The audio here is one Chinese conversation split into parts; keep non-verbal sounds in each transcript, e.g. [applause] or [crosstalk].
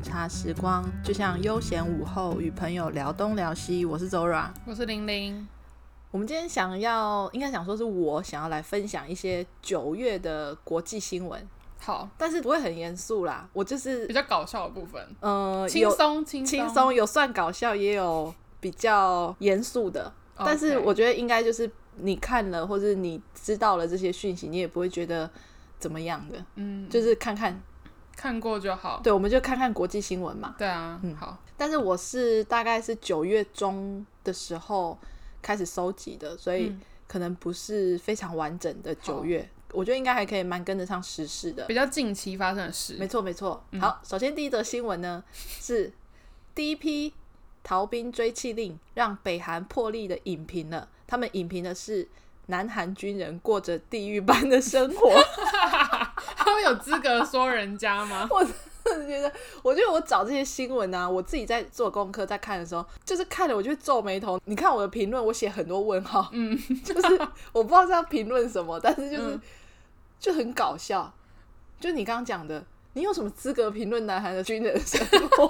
茶时光，就像悠闲午后与朋友聊东聊西。我是 Zora，我是玲玲。我们今天想要，应该想说是我想要来分享一些九月的国际新闻，好，但是不会很严肃啦。我就是比较搞笑的部分，呃，轻有松轻轻松，松，有算搞笑，也有比较严肃的。 OK 但是我觉得应该就是你看了或者你知道了这些讯息，你也不会觉得怎么样的，嗯，就是看看。看过就好。对，我们就看看国际新闻嘛。对啊，嗯好，但是我是大概是九月中的时候开始收集的，所以嗯可能不是非常完整的九月，我觉得应该还可以蛮跟得上时事的。比较近期发生的没事，错，没错。好，首先第一则新闻呢是第一批逃兵追缉令让北韩破例的影评了，他们影评的是南韩军人过着地狱般的生活。 [laughs] 他们有资格说人家吗？ [laughs] [laughs] 我真的觉得，我觉得我找这些新闻啊，我自己在做功课在看的时候，就是看了我就会皱眉头。你看我的评论，我写很多问号，嗯，就是我不知道是要评论什么，但是就是、嗯就很搞笑。就你刚刚讲的，你有什么资格评论南韩的军人生 [laughs] 活？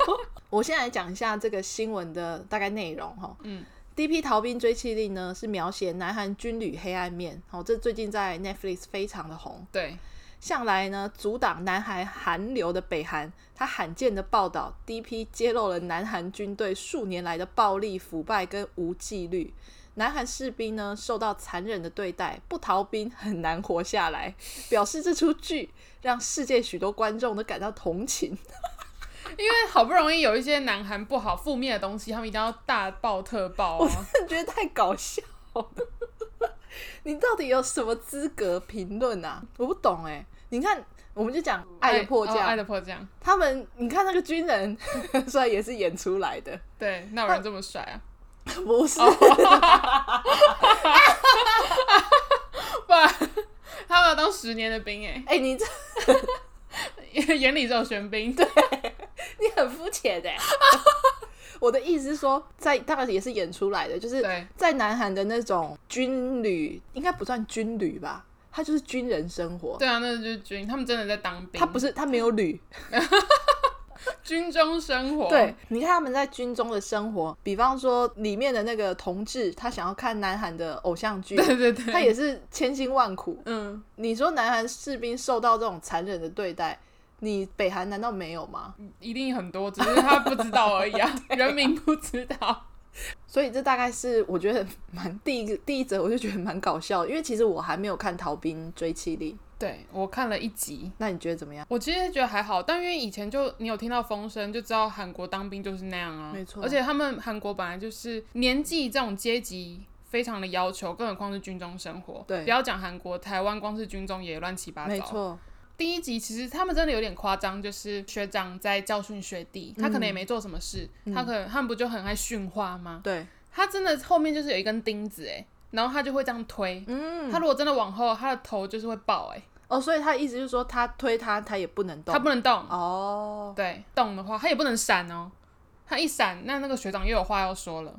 我先来讲一下这个新闻的大概内容哈。嗯，第一批逃兵追缉令呢，是描写南韩军旅黑暗面，哦，这最近在 Netflix 非常的红。对，向来呢阻挡南韩韩流的北韩，他罕见的报道第一批揭露了南韩军队数年来的暴力、腐败跟无纪律。南韩士兵呢受到残忍的对待，不逃兵很难活下来。 [laughs] 表示这出剧让世界许多观众都感到同情。 [laughs] 因为好不容易有一些南韩不好负面的东西，他们一定要大爆特爆啊！觉得太搞笑了。 [laughs] 你到底有什么资格评论啊？我不懂哎、你看，我们就讲《爱的迫降哦》爱的迫降，他们你看那个军人， [laughs] 虽然也是演出来的，哦对，哪有人这么帅啊？ [laughs] 不是，不然他们要当十年的兵哎、哎、你这 [laughs] [laughs] 眼里只有玄彬。对，你很肤浅的。 [laughs] 我的意思是说，在当然也是演出来的，就是对在南韩的那种军旅，应该不算军旅吧，他就是军人生活，对啊，那就是军，他们真的在当兵，他不是他没有旅，军中生活。对，，你看他们在军中的生活，比方说里面的那个同志，他想要看南韩的偶像 [laughs] 剧， [laughs] 对对对，他也是千辛万苦。嗯，你说南韩士兵受到这种残忍的对待，你北韩难道没有吗？一定很多，只是他不知道而已 [laughs] 啊，人民不知道。所以这大概是我觉得蛮第一个第一则，我就觉得蛮搞笑的，因为其实我还没有看《逃兵追妻令》，对我看了一集，那你觉得怎么样？我其实觉得还好，但因为以前就你有听到风声，就知道韩国当兵就是那样啊，没错而且他们韩国本来就是年纪这种阶级。非常的要求，更何况是军中生活。对不要讲韩国，台湾光是军中也乱七八糟。没错，第一集其实他们真的有点夸张，就是学长在教训学弟，他可能也没做什么事，嗯他可能他们不就很爱训话吗？对，他真的后面就是有一根钉子哎，然后他就会这样推，嗯，他如果真的往后，他的头就是会爆哎，哦，所以他意思就是说，他推他，他也不能动他，不能动，哦，对，动的话他也不能闪哦，他一闪，那那个学长又有话要说了。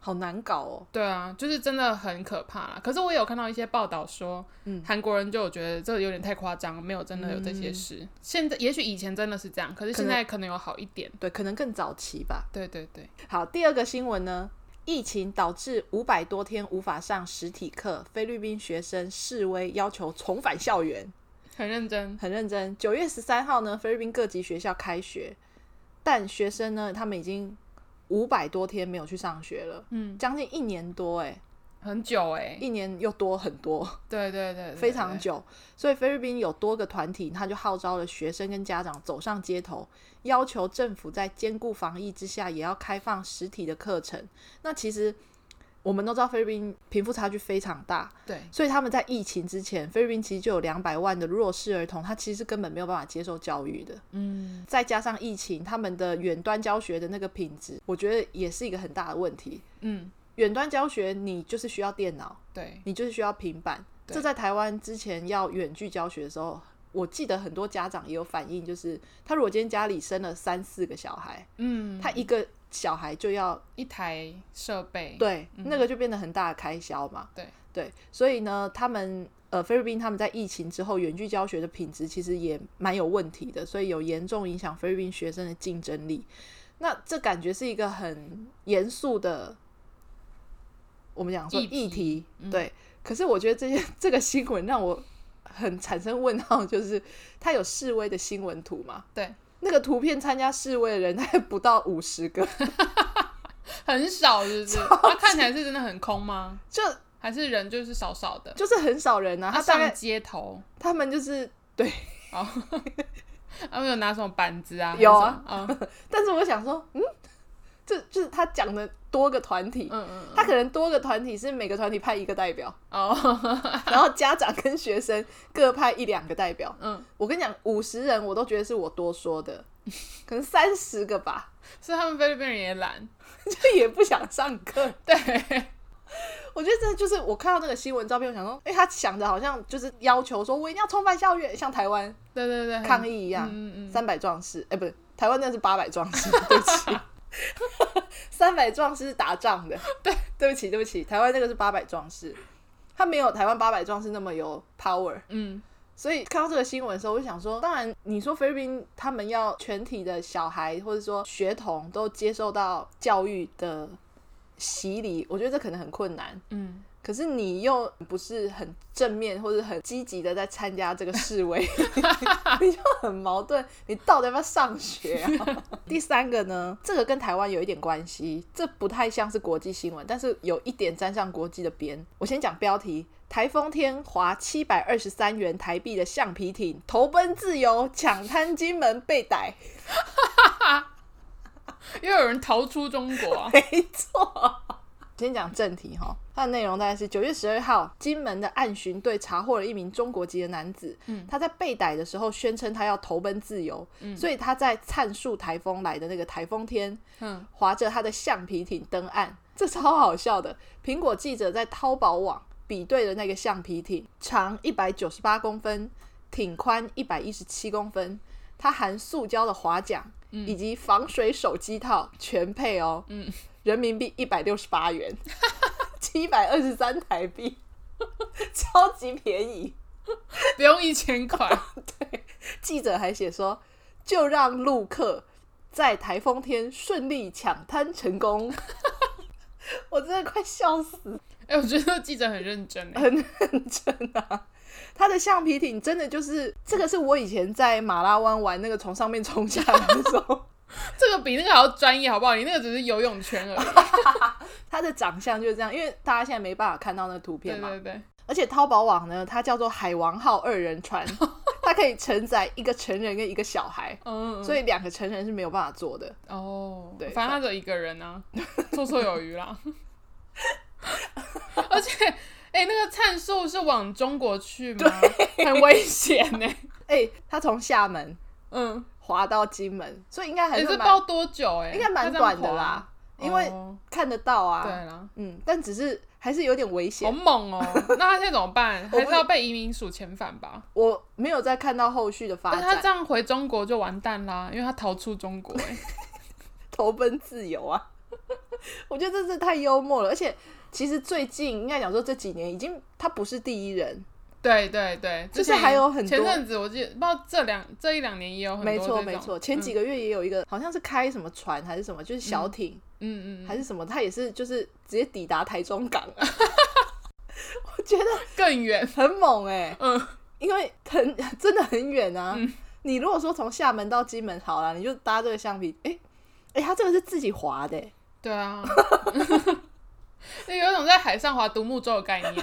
好难搞哦，对啊，就是真的很可怕啦。可是我有看到一些报道说，嗯韩国人就有觉得这有点太夸张，没有真的有这些事。嗯现在也许以前真的是这样，可是现在可能有好一点。对，可能更早期吧。对对对，好，第二个新闻呢，疫情导致五百多天无法上实体课，菲律宾学生示威要求重返校园，很认真。很认真。九月十三号呢，菲律宾各级学校开学，但学生呢，他们已经五百多天没有去上学了，嗯，将近一年多、哎很久哎、哎，一年又多很多。对对对对非常对久，所以菲律宾有多个团体，他就号召了学生跟家长走上街头，要求政府在兼顾防疫之下，也要开放实体的课程。那其实我们都知道菲律宾贫富差距非常大，对，所以他们在疫情之前，菲律宾其实就有两百万的弱势儿童，他其实根本没有办法接受教育的。嗯，再加上疫情，他们的远端教学的那个品质，我觉得也是一个很大的问题。嗯，远端教学，你就是需要电脑。对，你就是需要平板。对这在台湾之前要远距教学的时候，我记得很多家长也有反映，就是他如果今天家里生了三四个小孩，嗯，他一个小孩就要一台设备，对、那个就变得很大的开销嘛。嗯对对，所以呢，他们呃菲律宾他们在疫情之后远距教学的品质其实也蛮有问题的，所以有严重影响菲律宾学生的竞争力。那这感觉是一个很严肃的，我们讲说议题嗯议题，对。可是我觉得这些这个新闻让我很产生问号，就是它有示威的新闻图嘛？对，那个图片参加示威的人大概不到五十个，很少，是不是？它看起来是真的很空吗？就还是人就是少少的？就是很少人啊。他他大概上街头，他们就是对，他啊们有拿什么板子啊？有啊还是什么，但是我想说，嗯， [laughs] 这就是他讲的多个团体，嗯嗯他可能多个团体是每个团体派一个代表，嗯，哦， [laughs] 然后家长跟学生各派一两个代表。嗯，我跟你讲，五十人我都觉得是我多说的，可能三十个吧， [laughs] 是他们菲律宾人也懒，就也不想上课。对， [laughs] 我觉得真的就是我看到那个新闻照片，我想说，哎、他想的好像就是要求说，我一定要重返校园，像台湾对对对，很抗议啊一样，嗯嗯嗯，三百壮士，哎、不是台湾那是八百壮士， [laughs] 对不起，三百壮士是打仗的，对，对不起，对不起，台湾那个是八百壮士，他没有台湾八百壮士那么有 power，嗯，所以看到这个新闻的时候，我就想说，当然你说菲律宾他们要全体的小孩或者说学童都接受到教育的洗礼，我觉得这可能很困难。嗯，可是你又不是很正面或者很积极的在参加这个示威，你就很矛盾。你到底要不要上学啊？ [laughs] 第三个呢，这个跟台湾有一点关系，这不太像是国际新闻，但是有一点沾上国际的边。我先讲标题：台风天划七百二十三元台币的橡皮艇投奔自由，抢滩金门被逮。又有人逃出中 [laughs] 国啊，没错。先讲正题哈，它的内容大概是九月十二号，金门的暗巡队查获了一名中国籍的男子，嗯他在被逮的时候宣称他要投奔自由，所以他在灿数台风来的那个台风天，嗯，划着他的橡皮艇登岸，这超好笑的。苹果记者在淘宝网比对的那个橡皮艇，长一百九十八公分，挺宽一百一十七公分，它含塑胶的划桨以及防水手机套全配哦，嗯，人民币一百六十八元，七百二十三台币， [laughs] 超级便宜。不用一千块， [laughs] 记者还写说，就让陆客在台风天顺利抢滩成功。 [laughs] 我真的快笑死了，哎，我觉得记者很认真 [laughs] 哎，很认真啊！他的橡皮艇真的就是这个，是我以前在马拉湾玩那个从上面冲下来的时候， [laughs] 这个比那个还要专业好不好？你那个只是游泳圈 [laughs] 而已，他的长相就是这样，因为大家现在没办法看到那个图片对嘛。对对，而且淘宝网呢，它叫做“海王号二人船”，它可以承载一个成人跟一个小孩，嗯，所以以两个成人是没有办法坐的。哦，对反正他只有一个人啊， [laughs] 绰绰有余 [laughs] 啦，而且。哎、那个参数是往中国去吗？很危险欸 [laughs] 呢、哎、他从厦门嗯，滑到金门，所以应该还也是是蛮包多久、哎，应该蛮短的啦，他这因样滑，为哦看得到啊。对啦，嗯，但只是还是有点危好险。猛哦、 [laughs] 那他现在怎么办？不还是要被移民署遣返吧？我没有再看到后续的发但是他展这，样回中国就完蛋啦，因为他逃出中国、 [laughs] 哎投奔自由啊！ [laughs] 我觉得真是太幽默了，而且其实最近应该讲说这几年已经他不是第一人，对对对，就是之前还有很多前阵子我记得，不知道这两这一两年也有很多没这错种，嗯没错。前几个个月也有一个、好像是开什么船还是什么，就是小艇，嗯嗯嗯还是什么，他也是就是直接抵达台中 [laughs] 港、啊， [laughs] 我觉得更远，很猛哎、嗯，因为很真的很远啊。你如果说从厦门到金门好了，你就搭这个橡皮，哎、哎、他这个是自己划的、欸诶对啊， [laughs] 那有一种在海上划独木舟的概念，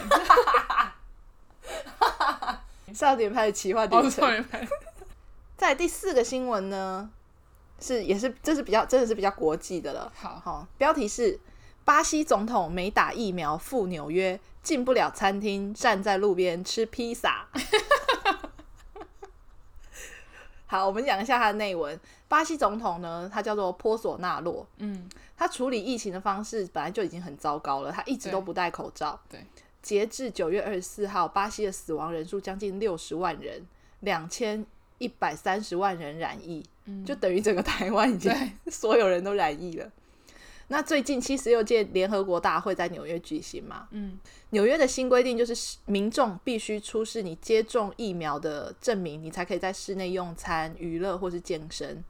少年派的奇幻哦旅程。 sorry，在、第四个新闻呢，是也是这是比较真的是比较国际的了。好，好，标题是巴西总统没打疫苗赴纽约，进不了餐厅，站在路边吃披萨。好，我们讲一下他的内文。巴西总统呢，他叫做波索纳洛，嗯，他处理疫情的方式本来就已经很糟糕了，他一直对都不戴口罩。对，截至九月二十四号，巴西的死亡人数将近六十万人，两千一百三十万人染疫，[laughs] 嗯就等于整个台湾已经对所有人都染疫了。那最近七十六届联合国大会在纽约举行嘛？嗯，纽约的新规定就是，民众必须出示你接种疫苗的证明，你才可以在室内用餐、娱乐或是健身。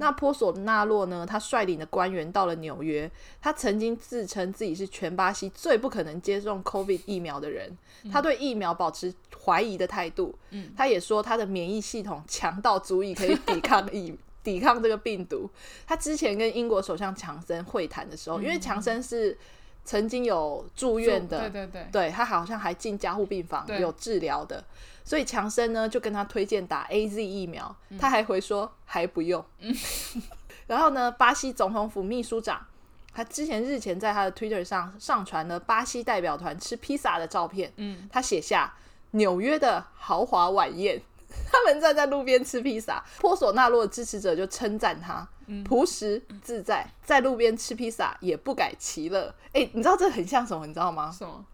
那波索纳洛呢？他率领的官员到了纽约，他曾经自称自己是全巴西最不可能接种 COVID 疫苗的人，他对疫苗保持怀疑的态度。嗯，他也说他的免疫系统强到足以可以抵抗疫抵抗这个病毒。他之前跟英国首相强森会谈的时候，因为强森是曾经有住院的，对对对，对他好像还进加护病房对有治疗的，所以强生呢就跟他推荐打 A Z 疫苗，嗯他还回说还不用。 [laughs] 然后呢，巴西总统府秘书长他之前日前在他的 Twitter 上上传了巴西代表团吃披萨的照片，嗯，他写下纽约的豪华晚宴。 [laughs] 他们站在路边吃披萨，波索纳洛的支持者就称赞他嗯朴实自在，在路边吃披萨也不改其乐。哎、你知道这很像什么？你知道吗？什么？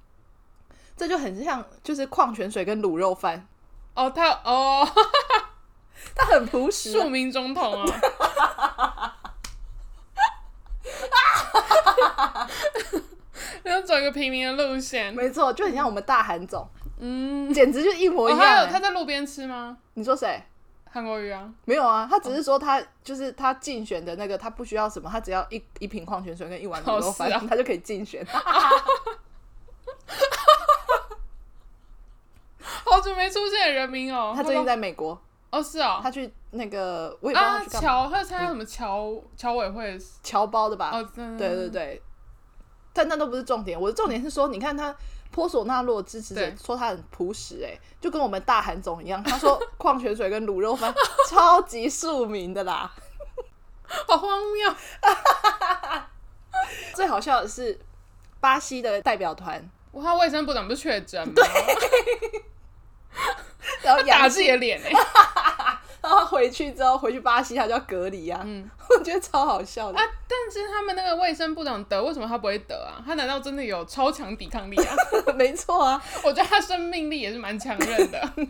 这就很像就是矿泉水跟卤肉饭，哦，他哦，它很朴实庶。民总统啊，要走一个平民的路线。没错，就很像我们大韩总，嗯，简直就一模哦，一他样、欸有他在路边吃吗？你说谁？韩国瑜啊，没有啊，他只是说他就是他竞选的那个，他不需要什么，他只要一一瓶矿泉水跟一碗卤肉饭，哦是啊他就可以竞选。好久没出现的人民哦。他最近在美国，哦是哦，他去那个我也不知道他啊去干嘛，嗯侨，他参加什么侨侨委会？侨胞的吧？哦，对对对，对，但那都不是重点，我的重点是说，你看他波索纳洛支持者对说他很朴实、哎，就跟我们大韩总一样，他说矿泉水跟卤肉 [laughs] 饭超级庶民的啦。好荒谬。最好笑的是，巴西的代表 [laughs] 团，哇，他卫生部长不是确诊吗？然后打阳自性，己的脸哎、然后他回去之后回去巴西，他就要隔离啊，嗯我觉得超好笑的。啊！但是他们那个卫生部长得，为什么他不会得啊？他难道真的有超强抵抗力啊？ [laughs] [laughs] 没错啊，我觉得他生命力也是蛮强韧的。 [laughs]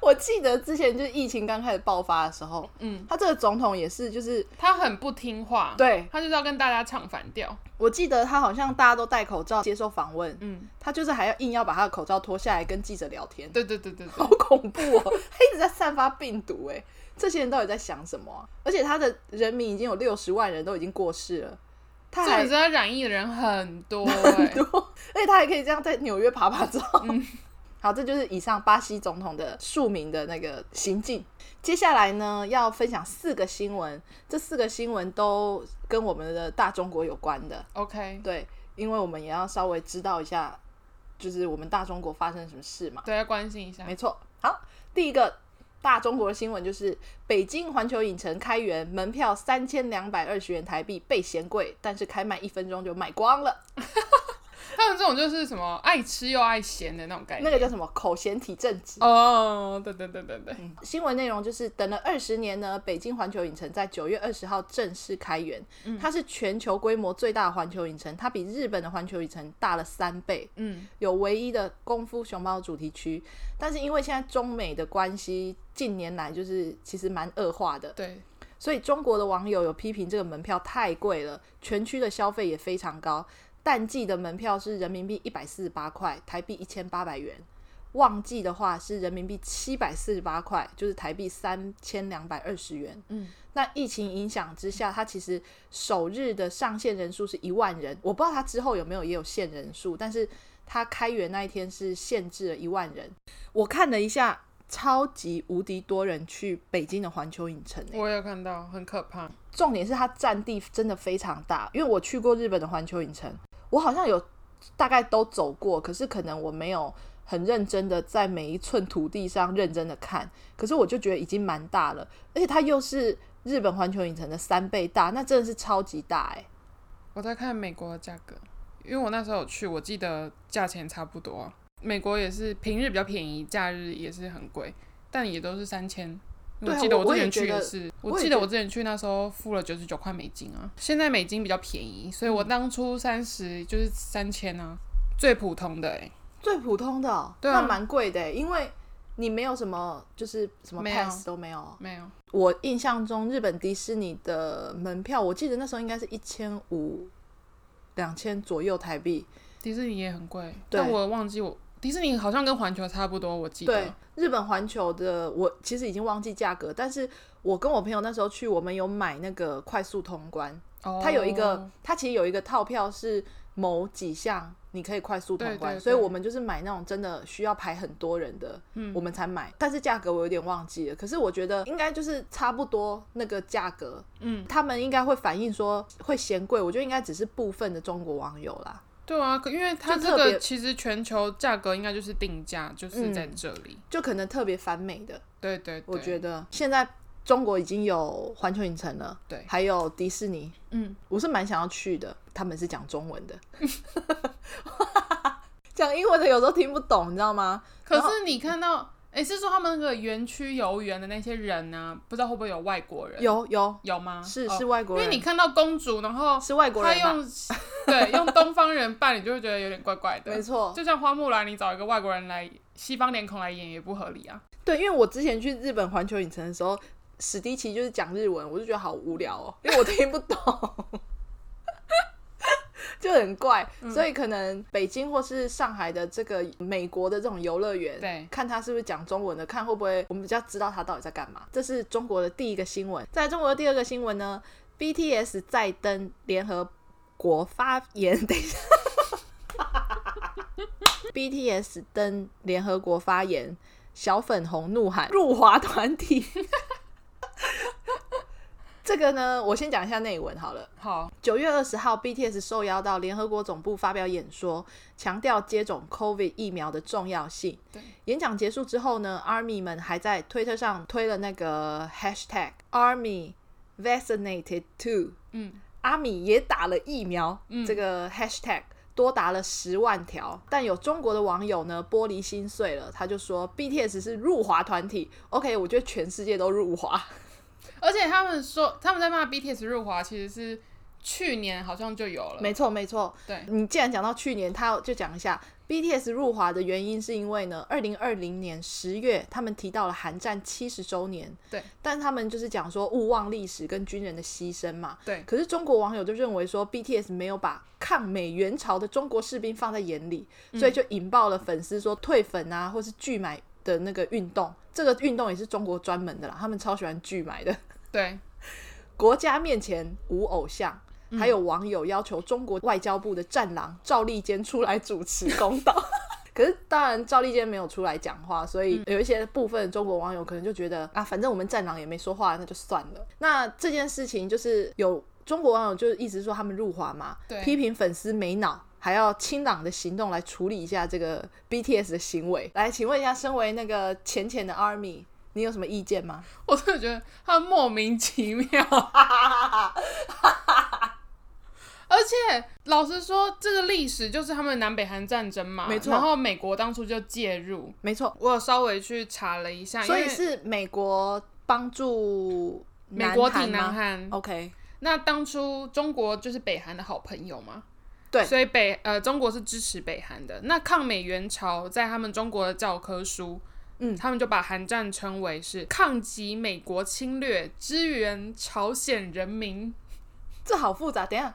我记得之前就是疫情刚开始爆发的时候，嗯，他这个总统也是，就是他很不听话，，对他就是要跟大家唱反调。我记得他好像大家都戴口罩接受访问，嗯，他就是还要硬要把他的口罩脱下来跟记者聊天，对对对对好对，恐怖哦！他一直在散发病毒，哎，这些人到底在想什么啊、而且他的人民已经有六十万人都已经过世了，他这还本 [laughs] 身他染疫的人很多、欸，多，而且他还可以这样在纽约爬爬照。 [laughs] 好，这就是以上巴西总统的庶民的那个行径。接下来呢，要分享四个新闻，这四个新闻都跟我们的大中国有关的。 OK，对，因为我们也要稍微知道一下，就是我们大中国发生什么事嘛。对，要关心一下没。错。好，第一个大中国的新闻就是北京环球影城开园，门票三千两百二十元台币被嫌贵，但是开卖一分钟就卖光了。他们这种就是什么爱吃又爱咸的那种概那念。个叫什么口嫌体正直。嗯哎哦，对对对对对，新闻内容就是等了二十年呢，北京环球影城在九月二十号正式开园。它是全球规模最大的环球影城，它比日本的环球影城大了三倍。嗯，有唯一的功夫熊猫主题区，但是因为现在中美的关系，近年来就是其实蛮恶化的，对，所以中国的网友有批评这个门票太贵了，全区的消费也非常高。淡季的门票是人民币一百四十八块，台币一千八百元；旺季的话是人民币七百四十八块，就是台币三千两百二十元。嗯，那疫情影响之下，它其实首日的上限人数是一万人，我不知道它之后有没有也有限人数，但是它开园那一天是限制了一万人。我看了一下，超级无敌多人去北京的环球影城、欸，我有看到，很可怕。重点是它占地真的非常大，因为我去过日本的环球影城，我好像有大概都走过，可是可能我没有很认真的在每一寸土地上认真的看，可是我就觉得已经蛮大了，而且它又是日本环球影城的三倍大，那真的是超级大哎、我在看美国的价格，因为我那时候有去，我记得价钱差不多、啊。美国也是平日比较便宜，假日也是很贵，但也都是三千。对啊记得我之我也前觉去也得是，我我也记觉得得我之前去那时候付了九十九块美金啊，现在美金比较便宜，所以嗯我当初三十就是三千啊，最普通的哎、最普通的、哦，对啊那蛮贵的欸、因为你没有什么就是什么没有 pass 都没有。没有，我印象中日本迪士尼的门票，我记得那时候应该是一千五两千左右台币。迪士尼也很贵，对但我忘记我迪士尼好像跟环球差不多，我记对得。，日本环球的我其实已经忘记价格，但是我跟我朋友那时候去，我们有买那个快速通关，哦，它有一个，它其实有一个套票是某几项你可以快速通对关，对所以对嗯我们就是买那种真的需要排很多人的，我们才买。但是价格我有点忘记了，可是我觉得应该就是差不多那个价格，嗯，他们应该会反映说会嫌贵，我觉得应该只是部分的中国网友啦。对啊，可因为它就这特别个其实全球价格应该就是定价，就是在这里。就可能特别反美的，对对对，我觉得现在中国已经有环球影城了，对还有迪士尼，嗯，我是蛮想要去的。他们是讲中文 [laughs] 的，讲英文的有时候听不懂，你知道吗？可是你看到，诶，是说他们那个园区游园的那些人呢、不知道会不会有外国人？有有有吗？是哦是外因国人，为你看到公主，然后是外国她人啊吧， [laughs] 用对用东方人扮，你就会觉得有点怪怪的。没错，就像花木兰，你找一个外国人来西方脸孔来演也不合理啊。对，因为我之前去日本环球影城的时候，史迪奇就是讲日文，我就觉得好无聊 [laughs] 哦，因为我听不懂， [laughs] 就很怪。嗯所以可能北京或是上海的这个美国的这种游乐园，对看他是不是讲中文的，看会不会我们比较知道他到底在干嘛。这是中国的第一个新闻。在中国的第二个新闻呢，BTS 再登联合国发言，等一下。BTS 登联合国发言，小粉红怒喊入华团体。这个呢，我先讲一下内文好了。好，九月二十号，BTS 受邀到联合国总部发表演说，强调接种 COVID 疫苗的重要性。对，演讲结束之后呢，Army 们还在推特上推了那个 Hashtag Army Vaccinated Too，嗯，阿米也打了疫苗，这个 Hashtag 多达了十万条。但有中国的网友呢，玻璃心碎了，他就说 BTS 是入华团体。OK，我觉得全世界都入华。而且他们说他们在骂 BTS 入华，其实是去年好像就有了。没错，没错。对你既然讲到去年，他就讲一下 BTS 入华的原因，是因为呢，二零二零年十月他们提到了韩战七十周年，对，但他们就是讲说勿忘历史跟军人的牺牲嘛。对，可是中国网友就认为说 BTS 没有把抗美援朝的中国士兵放在眼里，嗯所以就引爆了粉丝说退粉啊，或是拒买的那个运动。这个运动也是中国专门的啦，他们超喜欢拒买的。对，国家面前无偶像，还有网友要求中国外交部的战狼赵立坚出来主持公道。可是当然，赵立坚没有出来讲话，所以有一些部分中国网友可能就觉得啊，反正我们战狼也没说话，那就算了。那这件事情就是有中国网友就一直说他们入华嘛对，批评粉丝没脑，还要清朗的行动来处理一下这个 BTS 的行为。来，请问一下，身为那个浅浅的 Army，你有什么意见吗？我真的觉得他莫名其妙。 [laughs] 而且老实说，这个历史就是他们南北韩战争嘛，没错然后美国当初就介入，没错，我有稍微去查了一下，所因以为是美国帮助美国南韩挺南吗韩。 OK，那当初中国就是北韩的好朋友嘛，对所以北呃中国是支持北韩的。那抗美援朝在他们中国的教科书，嗯他们就把韩战称为是抗击美国侵略，支援朝鲜人民。这好复杂。等一下，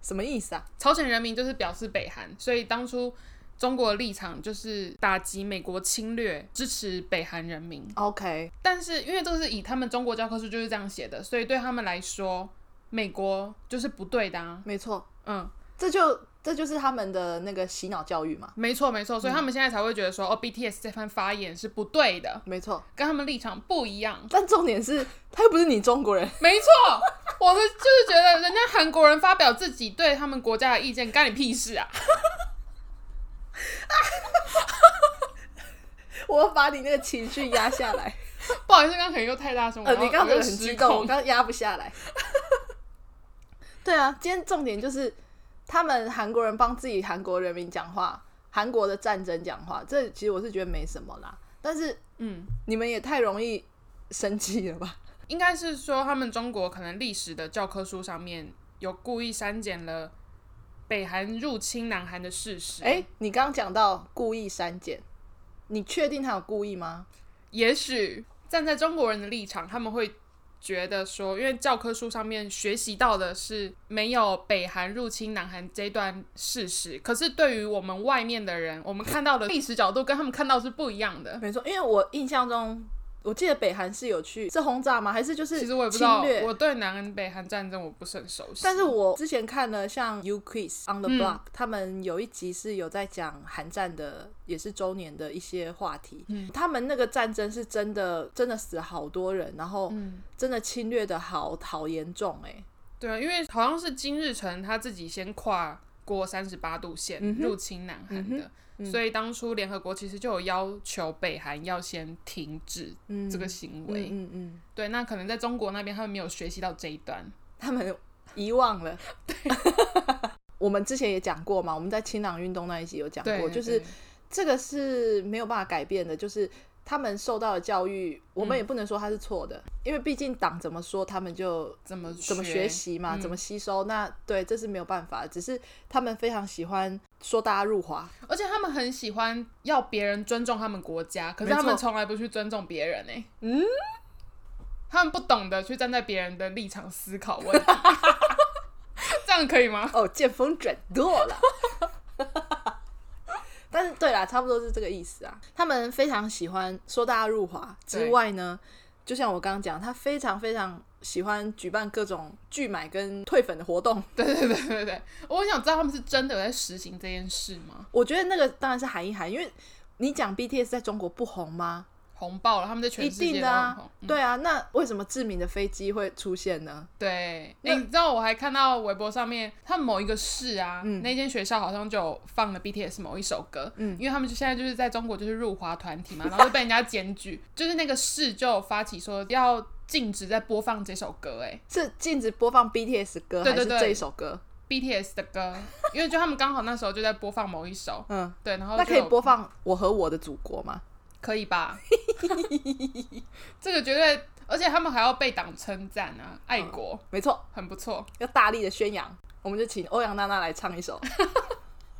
什么意思啊？朝鲜人民就是表示北韩，所以当初中国的立场就是打击美国侵略，支持北韩人民。 OK，但是因为这个是以他们中国教科书就是这样写的，所以对他们来说，美国就是不对的啊。没错，嗯，这就这就是他们的那个洗脑教育嘛。没错没错，嗯所以他们现在才会觉得说，哦，BTS 这番发言是不对的，没错，跟他们立场不一样。但重点是他又不是你中国人，没错， [laughs] 我是就是觉得人家韩国人发表自己对他们国家的意见，干你屁事 [laughs] 啊！我要把你那个情绪压下来。不好意思，刚刚可能又太大声，我呃，要你刚刚我真的又很失激动，我控刚刚压不下来。 [laughs] 对啊，今天重点就是他们韩国人帮自己韩国人民讲话，韩国的战争讲话，这其实我是觉得没什么啦。但是嗯，你们也太容易生气了吧？应该是说他们中国可能历史的教科书上面有故意删减了北韩入侵南韩的事实。哎、你刚刚讲到故意删减，你确定他有故意吗？也许站在中国人的立场，他们会觉得说，因为教科书上面学习到的是没有北韩入侵南韩这段事实，可是对于我们外面的人，我们看到的历史角度跟他们看到是不一样的。呃没错，因为我印象中，我记得北韩是有去是轰炸吗？还是就是其实我也不知侵道，略？我对南韩北韩战争我不是很熟悉。但是我之前看了像《You Quiz on the 嗯 Block、他们有一集是有在讲韩战的，也是周年的一些话题。嗯他们那个战争是真的，真的死好多人，然后嗯，真的侵略的好好严重哎、对啊，因为好像是金日成他自己先跨过三十八度线、嗯哼入侵南韩的，嗯所以当初联合国其实就有要求北韩要先停止嗯，这个行嗯为。嗯嗯，对，那可能在中国那边他们没有学习到这一段。他们遗忘了。 [laughs] 我们之前也讲过嘛，我们在清朗运动那一集有讲对，过，就是对这个是没有办法改变的，就是他们受到的教育，我们嗯也不能说他是错的，因为毕竟党怎么说，他们就怎么怎么学习嘛，嗯怎么吸收。那对，这是没有办法的，只是他们非常喜欢说大家入华，而且他们很喜欢要别人尊重他们国家，可是没错他们从来不去尊重别人哎、嗯，他们不懂得去站在别人的立场思考问题， [laughs] 这样可以吗？哦，见风转舵了。 [laughs] 但是对啦，差不多是这个意思啊。他们非常喜欢说大家入华之对外呢，就像我刚刚讲，他非常非常喜欢举办各种拒买跟退粉的活动。对对对对对，我想知道他们是真的有在实行这件事吗？我觉得那个当然是韩一韩，因为你讲 BTS 在中国不红吗？红爆了，他们在全一世界定都的很啊红。，嗯对啊。那为什么致命的飞机会出现呢？对，哎、你知道我还看到微博上面，他们某一个市啊，嗯那间学校好像就有放了 BTS 某一首歌，嗯因为他们就现在就是在中国就是入华团体嘛，然后就被人家检举， [laughs] 就是那个市就有发起说要禁止在播放这首歌、哎是禁止播放 BTS 歌，对对还对是这一首歌？ ，BTS 的歌，因为就他们刚好那时候就在播放某一首，嗯，对，然后那就可以有播放《我和我的祖国》吗？可以 [laughs] 吧？这个绝对，而且他们还要被党称赞啊，爱国、没错，很不错。要大力的宣扬。我们就请欧阳娜娜来唱一 [laughs] 首。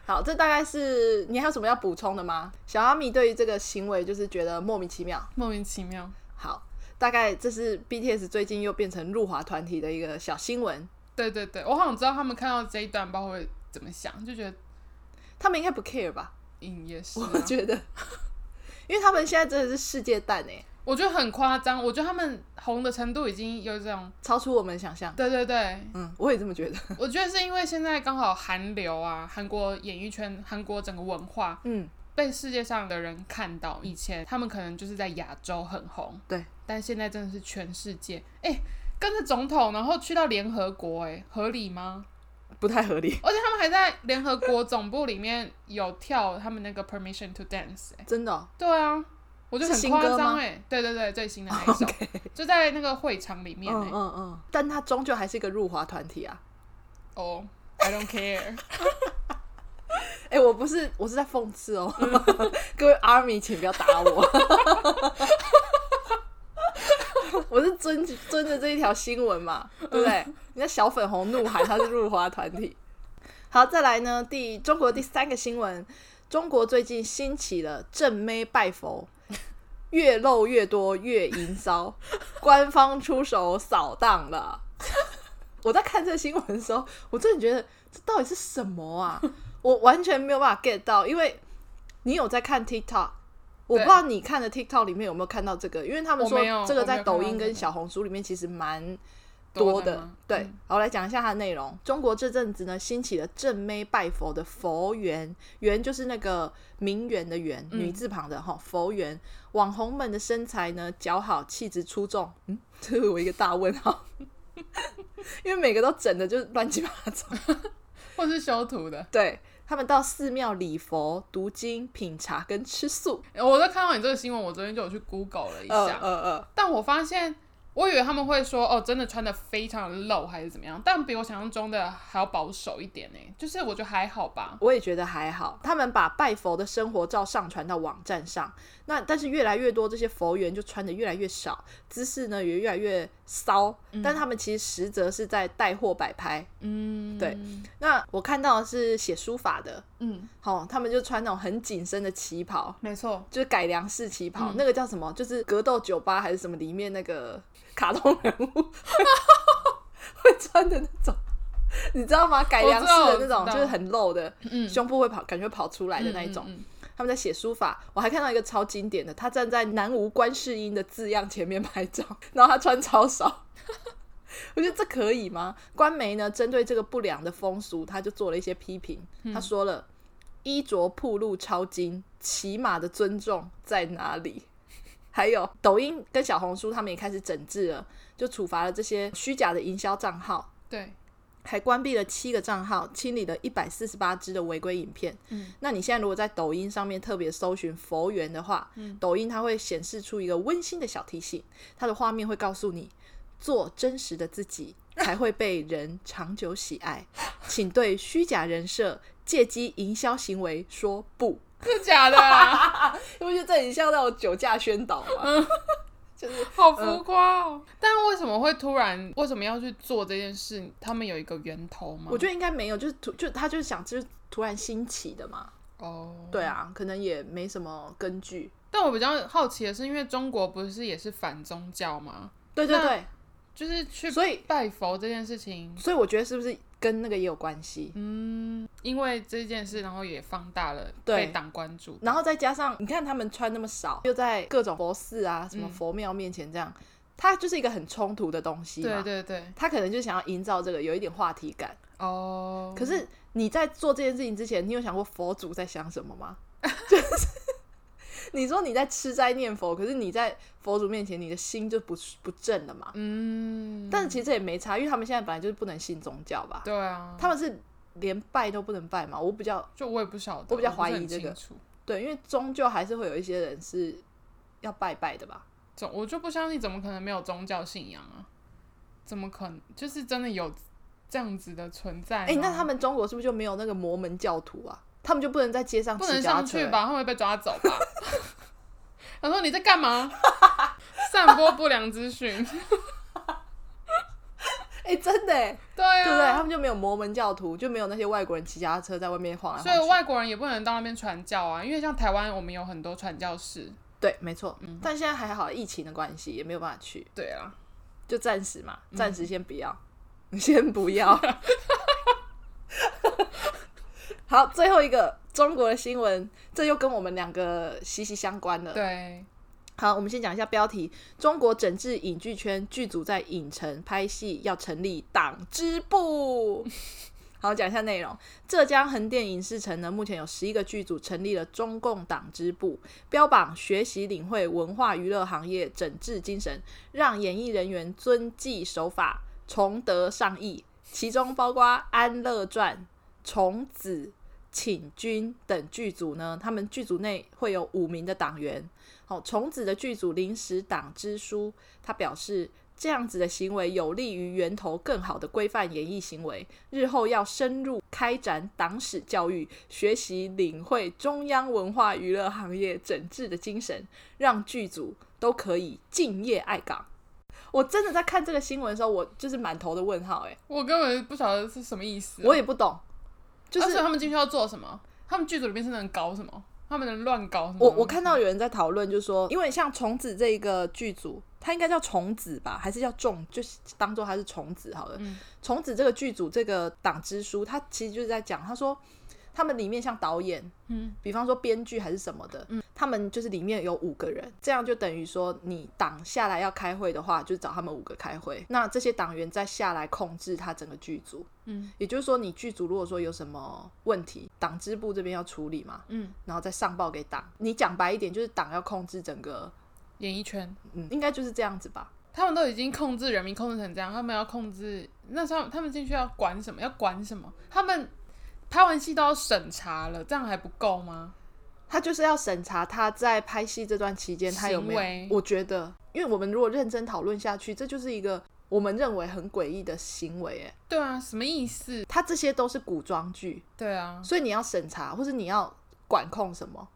好，这大概是你还有什么要补充的吗？小阿米对于这个行为就是觉得莫名其妙。莫名其妙。好，大概这是 BTS 最近又变成入华团体的一个小新闻。对对对，我好像知道他们看到这一段，不知道会怎么想，就觉得他们应该不 care 吧？嗯也是、啊。 [laughs] 我觉得，因为他们现在真的是世界蛋哎、我觉得很夸张，我觉得他们红的程度已经有这种，超出我们想象。对对对，嗯，我也这么觉得。我觉得是因为现在刚好韩流啊，韩国演艺圈，韩国整个文化嗯，被世界上的人看到，以前他们可能就是在亚洲很红，对，但现在真的是全世界，哎、跟着总统，然后去到联合国、哎，合理吗？不太合理，而且他们还在联合国总部里面有跳他们那个 Permission to Dance，、哎。真的哦、对啊，我觉得是很新夸歌张吗哦哎，对对对，最新的那一首就在那个会场里面哎、嗯嗯嗯，但他终究还是一个入华团体啊。哦、i don't care，哎、我不是，我是在讽刺哦。 [laughs] 各位 Army，请不要打我。 [laughs] 我是遵遵着这一条新闻嘛，对不对？人家小粉红怒喊他是入华团体。 [laughs] 好，再来呢，第中国第三个新闻，中国最近兴起了正妹拜佛，越露越多越淫骚，官方出手扫荡了。我在看这个新闻的时候，我真的觉得这到底是什么啊？我完全没有办法 get 到，因为你有在看 TikTok，我不对知道你看的 TikTok 里面有没有看到这个，因为他们我说没有这个我没在有看到抖音这跟个小红书里面其实蛮多 [laughs] 多的的。吗对，嗯好，我来讲一下它的内容。中国这阵子呢，兴起了正妹拜佛的佛缘，缘就是那个名媛的媛，嗯女字旁的哈，佛缘。网红们的身材呢，姣好，气质出众。嗯， [laughs] 这是我一个大问号，因为每个都整的就是乱七八糟。或是修图的，对他们到寺庙礼佛、读经、品茶跟吃素。欸我都看到你这个新闻，我昨天就有去 Google 了一呃下，呃呃，但我发现。我以为他们会说哦，真的穿的非常的露还是怎么样，但比我想象中的还要保守一点呢。欸就是我觉得还好吧，我也觉得还好。他们把拜佛的生活照上传到网站上，那但是越来越多这些佛缘就穿的越来越少，姿势呢也越来越骚，但他们其实实则是在带货摆拍。嗯，对，那我看到的是写书法的，嗯，好、他们就穿那种很紧身的旗袍。没错，嗯 [laughs] 就是改良式旗袍，那个叫什么？就是格斗酒吧还是什么里面那个卡通人物 [laughs] 会穿的那种，你知道吗？改良式我的那知道种，我知道就是很露的，嗯胸部会跑，感觉跑出来的那一种。嗯嗯他们在写书法，我还看到一个超经典的，他站在南无观世音的字样前面拍照，然后他穿超少。 [laughs] 我觉得这可以吗？官媒呢，针对这个不良的风俗，他就做了一些批评。他说了，衣着暴露超精，骑马的尊重在哪里？ [laughs] 还有抖音跟小红书，他们也开始整治了，就处罚了这些虚假的营销账号。对，还关闭了七个账号，清理了一百四十八支的违规影片。嗯，那你现在如果在抖音上面特别搜寻佛缘的话，嗯抖音它会显示出一个温馨的小提醒，它的画面会告诉你，做真实的自己才会被人长久喜爱，请对虚假人设、借机营销行为说不。真的假的 [laughs] 啊？你不觉得这很像那种酒驾宣导吗？ [laughs] 好浮夸哦！但为什么会突然为什么要去做这件事？他们有一个源头吗？我觉得应该没有，就是突就他就是想就是突然兴起的嘛。得哦，对啊，可能也没什么根据。但我比较好奇的是，因为中国不是也是反宗教吗？对对那对，就是去所以拜佛这件事情，所以我觉得是不是跟那个也有关系？嗯，因为这件事，然后也放大了对被党关注。然后再加上你看他们穿那么少，又在各种佛寺啊、什么嗯佛庙面前这样，它就是一个很冲突的东西嘛。对对对，他可能就想要营造这个有一点话题感。哦，可是你在做这件事情之前，你有想过佛祖在想什么吗？ [laughs] 就是你说你在吃斋念佛，可是你在佛祖面前，你的心就不不正了嘛。嗯，但是其实也没差，因为他们现在本来就是不能信宗教吧？对啊，他们是连拜都不能拜嘛。我比较就我也不晓得，我比较怀疑不是很这个清楚对，因为终究还是会有一些人是要拜拜的吧？总我就不相信，怎么可能没有宗教信仰啊？怎么可能？就是真的有这样子的存在吗？哎、那他们中国是不是就没有那个摩门教徒啊？他们就不能在街上不骑能脚踏上车、去欸？吧？他们会被抓走吧？ [laughs] 他说你在干嘛？ [laughs] 散播不良资讯，哎、真的、欸，对对不对？他啊，们就没有摩门教徒，就没有那些外国人骑脚踏车在外面晃来所以晃去。外国人也不能到那边传教啊，因为像台湾我们有很多传教士，对，没错。嗯但现在还好，疫情的关系也没有办法去，对啊，就暂时嘛，嗯暂时先不要， [laughs] 先不 [laughs] 要。好，最后一个中国的新闻，这又跟我们两个息息相关了。对，好，我们先讲一下标题：中国整治影剧圈，剧组在影城拍戏要成立党支部。好，讲一下内容。浙江横店影视城呢，目前有十一个剧组成立了中共党支部，标榜学习领会文化娱乐行业整治精神，让演艺人员遵纪守法，崇德尚义。其中包括《安乐传》《虫子》《请君》等剧组呢，他们剧组内会有五名的党员，好，虫子的剧组临时党支书，他表示这样子的行为有利于源头更好的规范演艺行为，日后要深入开展党史教育，学习领会中央文化娱乐行业整治的精神，让剧组都可以敬业爱港。我真的在看这个新闻的时候，我就是满头的问号、欸，我根本不晓得是什么意思啊、我也不懂，就而是且他们进去要做什么？他们剧组里面是能搞什么？他们能乱搞什么？我我看到有人在讨论，就说因为像虫子这一个剧组，它应该叫虫子吧，还是叫种，就是当做它是虫子好了。嗯虫子这个剧组这个党支书，他其实就是在讲，他说他们里面像导演，嗯，比方说编剧还是什么的，他们就是里面有五个人，这样就等于说你党下来要开会的话，就找他们五个开会，那这些党员再下来控制他整个剧组。嗯也就是说，你剧组如果说有什么问题，党支部这边要处理嘛，嗯，然后再上报给党。你讲白一点，就是党要控制整个，演艺圈，嗯，应该就是这样子吧。他们都已经控制人民控制成这样，他们要控制那时候他们进去要管什么？要管什么？他们拍完戏都要审查了，这样还不够吗？他就是要审查他在拍戏这段期间他有没行有为。我觉得，因为我们如果认真讨论下去，这就是一个我们认为很诡异的行为。哎，对啊，什么意思？他这些都是古装剧，对啊，所以你要审查或者你要管控什么，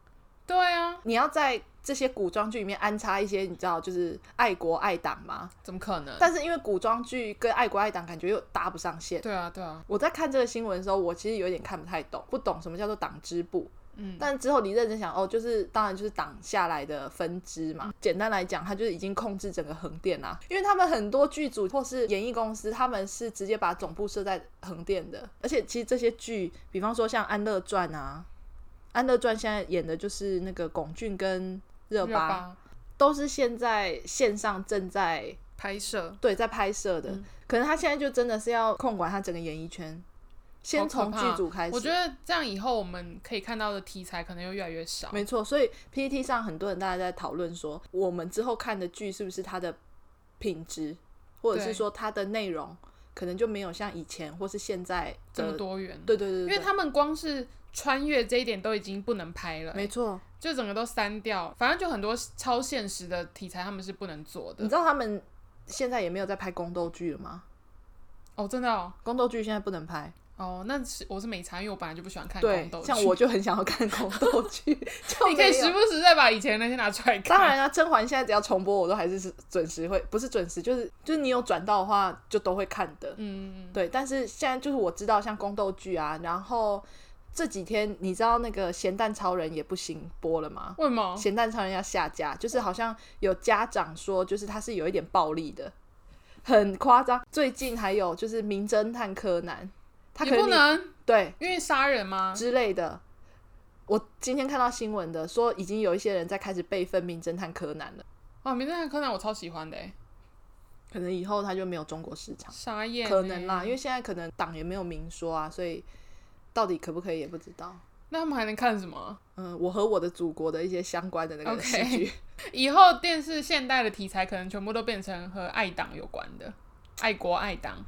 对啊，你要在这些古装剧里面安插一些你知道就是爱国爱党吗？怎么可能？但是因为古装剧跟爱国爱党感觉又搭不上线。对啊，对啊，我在看这个新闻的时候，我其实有点看不太懂，不懂什么叫做党支部，嗯，但之后你认真想，哦，就是当然就是党下来的分支嘛。简单来讲，它就是已经控制整个横店啦。因为他们很多剧组或是演艺公司，他们是直接把总部设在横店的。而且其实这些剧，比方说像《安乐传》啊，《安乐传》现在演的就是那个龚俊跟热热巴，巴都是现在线上正在拍摄，对在拍摄的。嗯可能他现在就真的是要控管他整个演艺圈，先从好可剧怕组开始。我觉得这样以后我们可以看到的题材可能又越来越少。没错，所以 PPT 上很多人大家在讨论说，我们之后看的剧是不是它的品质，或者是对说它的内容，可能就没有像以前或是现在这么的多元，对对对对，因为对他们光是穿越这一点都已经不能拍了、没错，就整个都删掉。反正就很多超现实的题材他们是不能做你的。知道他们现在也没有在拍宫斗剧了吗？哦，真的哦，宫斗剧现在不能拍，哦，那是我是没查，因为我本来就不喜欢看对宫斗，剧。像我就很想要看宫斗剧， [laughs] 就 [laughs] 你可以没有时不时再把以前的那些拿出来看。当然啦、啊甄嬛现在只要重播，我都还是准时会，不是准时，就是就是你有转到的话，就都会看的。嗯，嗯，嗯对，但是现在就是我知道像宫斗剧啊，然后这几天你知道那个咸蛋超人也不行播了吗？嗯为什么？咸蛋超人要下架，就是好像有家长说，就是他是有一点暴力的，很夸张。最近还有就是名侦探柯南，他可也不能能对因为杀人吗？之类的。我今天看到新闻的说，已经有一些人在开始备份《名侦探柯南》了，哦，名侦探柯南我超喜欢的欸，可能以后他就没有中国市场，傻眼欸。可能啦，因为现在可能党也没有明说啊，所以到底可不可以也不知道。那他们还能看什么？嗯，我和我的祖国的一些相关的那个 OK 戏剧以后电视现代的题材可能全部都变成和爱党有关的，爱国爱党。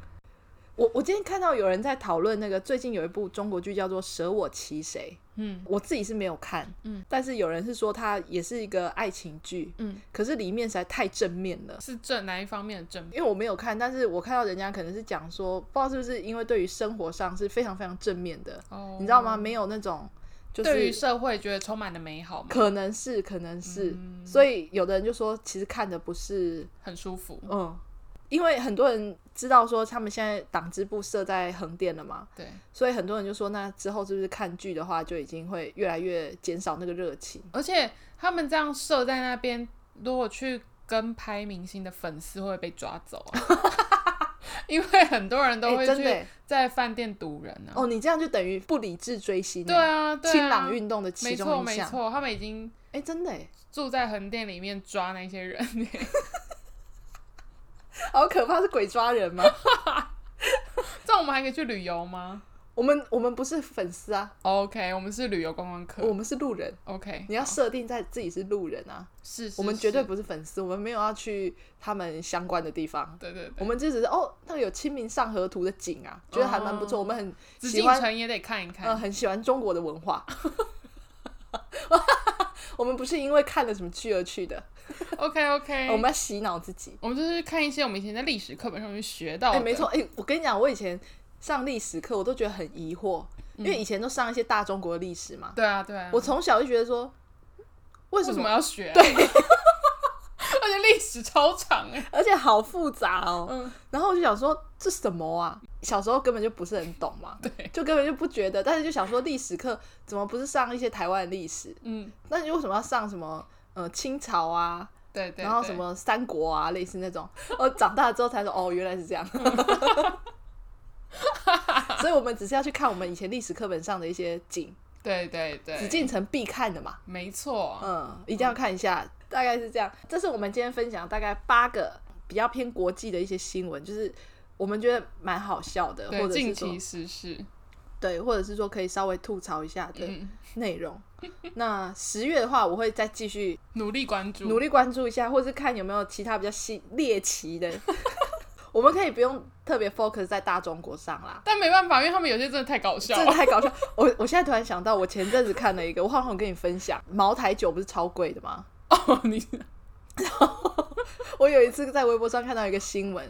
我我今天看到有人在讨论那个最近有一部中国剧叫做《舍我其谁》，嗯我自己是没有看，嗯，但是有人是说它也是一个爱情剧，嗯，可是里面实在太正面了。是正哪一方面的正？因为我没有看，但是我看到人家可能是讲说，不知道是不是因为对于生活上是非常非常正面的，哦，你知道吗？？没有那种就对于是社会觉得充满了美好嘛，可能是可能是，嗯所以有的人就说，其实看的不是很舒服。嗯，因为很多人知道说他们现在党支部设在横店了嘛，对，所以很多人就说，那之后是不是看剧的话，就已经会越来越减少那个热情？而且他们这样设在那边，如果去跟拍明星的粉丝会不会被抓走 [laughs] 啊，因为很多人都诶会哎真的去诶在饭店堵人啊。哦，你这样就等于不理智追星，对，啊，对啊，清朗运动的其没错中一没项，错，他们已经哎，真的诶， [laughs] 住在横店里面抓那些人，好可怕，是鬼抓人吗？ [laughs] 这样我们还可以去旅游吗我们我们不是粉丝 [laughs] 啊， ？OK，我们是旅游观光客我。们是路人。 OK，哦你要设定在自己是路人啊，是，是我们绝对是不是粉丝，我们没有要去他们相关的地方，对对我对，们就只是哦，那个有《清明上河图》的景啊，觉得还蛮不错，哦我们很紫喜禁欢城也得看一看。呃，很喜欢中国的文化。 [laughs] 我们不是因为看了什么剧而去的， OK OK，我们要洗脑自己。我们就是看一些我们以前在历史课本上面学到哎、的，没错，，哎、我跟你讲，我以前上历史课，我都觉得很疑惑，因嗯为以前都上一些大中国的历史嘛。对啊对啊，我从小就觉得说，为为什什么？么要学、对， [laughs] 而且历史超长哎、而且好复杂哦。嗯然后我就想说，这什么啊？小时候根本就不是很懂嘛， [laughs] 对，就根本就不觉得。但是就想说，历史课怎么不是上一些台湾的历史？嗯，那你为什么要上什么呃清朝啊，对对对，然后什么三国啊，类似那种。我长大之后才说，哦，原来是这样。 [laughs] 所以我们只是要去看我们以前历史课本上的一些景，对对对，哦紫禁城必看的嘛，没错，嗯，一定要看一下，大概是这样。这是我们今天分享大概八个比较偏国际的一些新闻，就是我们觉得蛮好笑的，呃或对，者是近说期时事，对，或者是说可以稍微吐槽一下的嗯，内容。那十月的话，我会再继续努力关注，努力关注一下，或是看有没有其他比较新猎奇的。我们可以不用特别 focus 在大中国上啦，但没办法，因为他们有些真的太搞笑这了，太搞笑。我我现在突然想到，我前阵子看了一个，我好像有跟你分享，茅台酒不是超贵的吗？ [laughs] 哦， [laughs] 你我有一次在微博上看到一个新闻，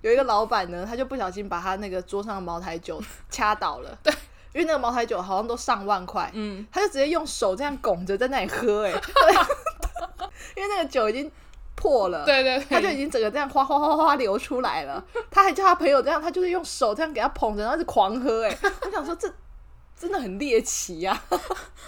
有一个老板呢，他就不小心把他那个桌上的茅台酒掐倒了，对，因为那个茅台酒好像都上万块，嗯，他就直接用手这样拱着在那里喝、哎，因为那个酒已经破了， [laughs] 对对他就已对，经整个这样哗哗哗哗哗流出来了。他还叫他朋友这样，他就是用手这样给他捧着，然后就狂喝、哎，我想说这真的很猎奇呀、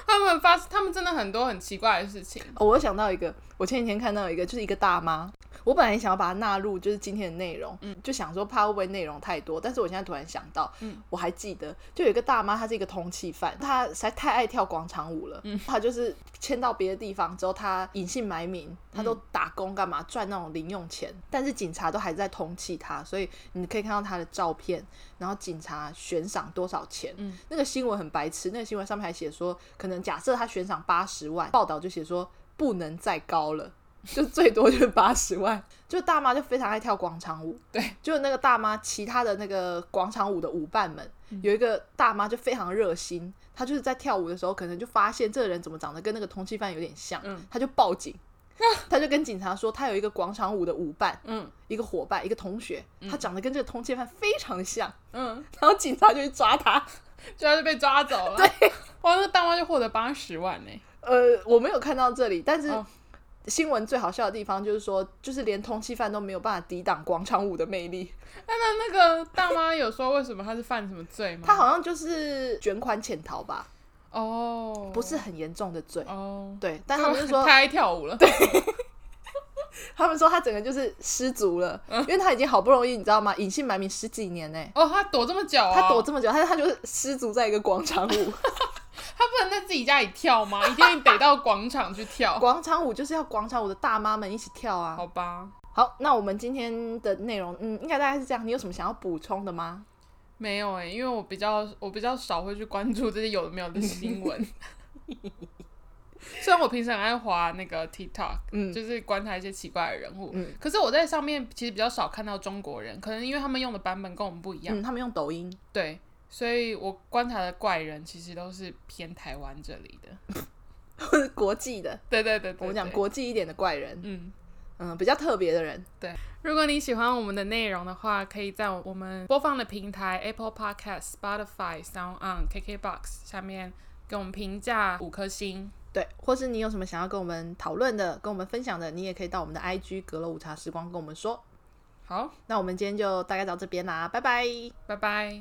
他们发，他们真的很多很奇怪的事情。哦，我想到一个，我前几天看到一个，就是一个大妈。我本来想要把它纳入就是今天的内容，就想说怕会不会内容太多，但是我现在突然想到，我还记得就有一个大妈，她是一个通缉犯，她实在太爱跳广场舞了，她就是迁到别的地方之后，她隐姓埋名，她都打工干嘛赚那种零用钱，但是警察都还在通缉她，所以你可以看到她的照片，然后警察悬赏多少钱，那个新闻很白痴，那个新闻上面还写说，可能假设他悬赏八十万，报道就写说不能再高了。就最多就是八十万，就大妈就非常爱跳广场舞，对，就那个大妈，其他的那个广场舞的舞伴们，嗯有一个大妈就非常热心，她就是在跳舞的时候，可能就发现这个人怎么长得跟那个通缉犯有点像，嗯她就报警，她就跟警察说，她有一个广场舞的舞伴，嗯一个伙伴，一个同学，他长得跟这个通缉犯非常像，嗯，然后警察就去抓他，居然就被抓走了。 [laughs] 对，哇，那大妈就获得八十万欸呢、呃，我没有看到这里，但是哦新闻最好笑的地方就是说，就是连通缉犯都没有办法抵挡广场舞的魅力。那那那个大妈有说为什么她是犯什么罪吗？ [laughs] 他好像就是卷款潜逃吧，哦，不是很严重的罪。哦，对，但他们就 [laughs] 说太，爱跳舞了。他们说他整个就是失足了，嗯因为他已经好不容易，你知道吗？隐姓埋名十几年呢、哦，她躲这么久、哦，他躲这么久，但是他就是失足在一个广场 [laughs] 舞，她不能在自己家里跳吗？一定得到广场去 [laughs] 跳。广场舞就是要广场舞的大妈们一起跳啊。好吧，好，那我们今天的内容，嗯，应该大概是这样。你有什么想要补充的吗？没有哎、因为我比较我比较少会去关注这些有的没有的新 [laughs] 闻。虽然我平时很爱滑那个 TikTok，嗯就是观察一些奇怪的人物，嗯可是我在上面其实比较少看到中国人，可能因为他们用的版本跟我们不一样，嗯，他们用抖音。 [laughs] 对，所以我观察的怪人其实都是偏台湾这里的。或是国际的，对对对对我们讲对国际一点的怪人，嗯。嗯，比较特别的人，如果你喜欢我们的内容的话，可以在我们播放的平台 Apple Podcast、Spotify、Sound On、KKBox 下面给我们评价五颗星。对，或是你有什么想要跟我们讨论的、跟我们分享的，你也可以到我们的 IG 阁楼午茶时光跟我们说。好，那我们今天就大概到这边啦，拜拜。拜拜。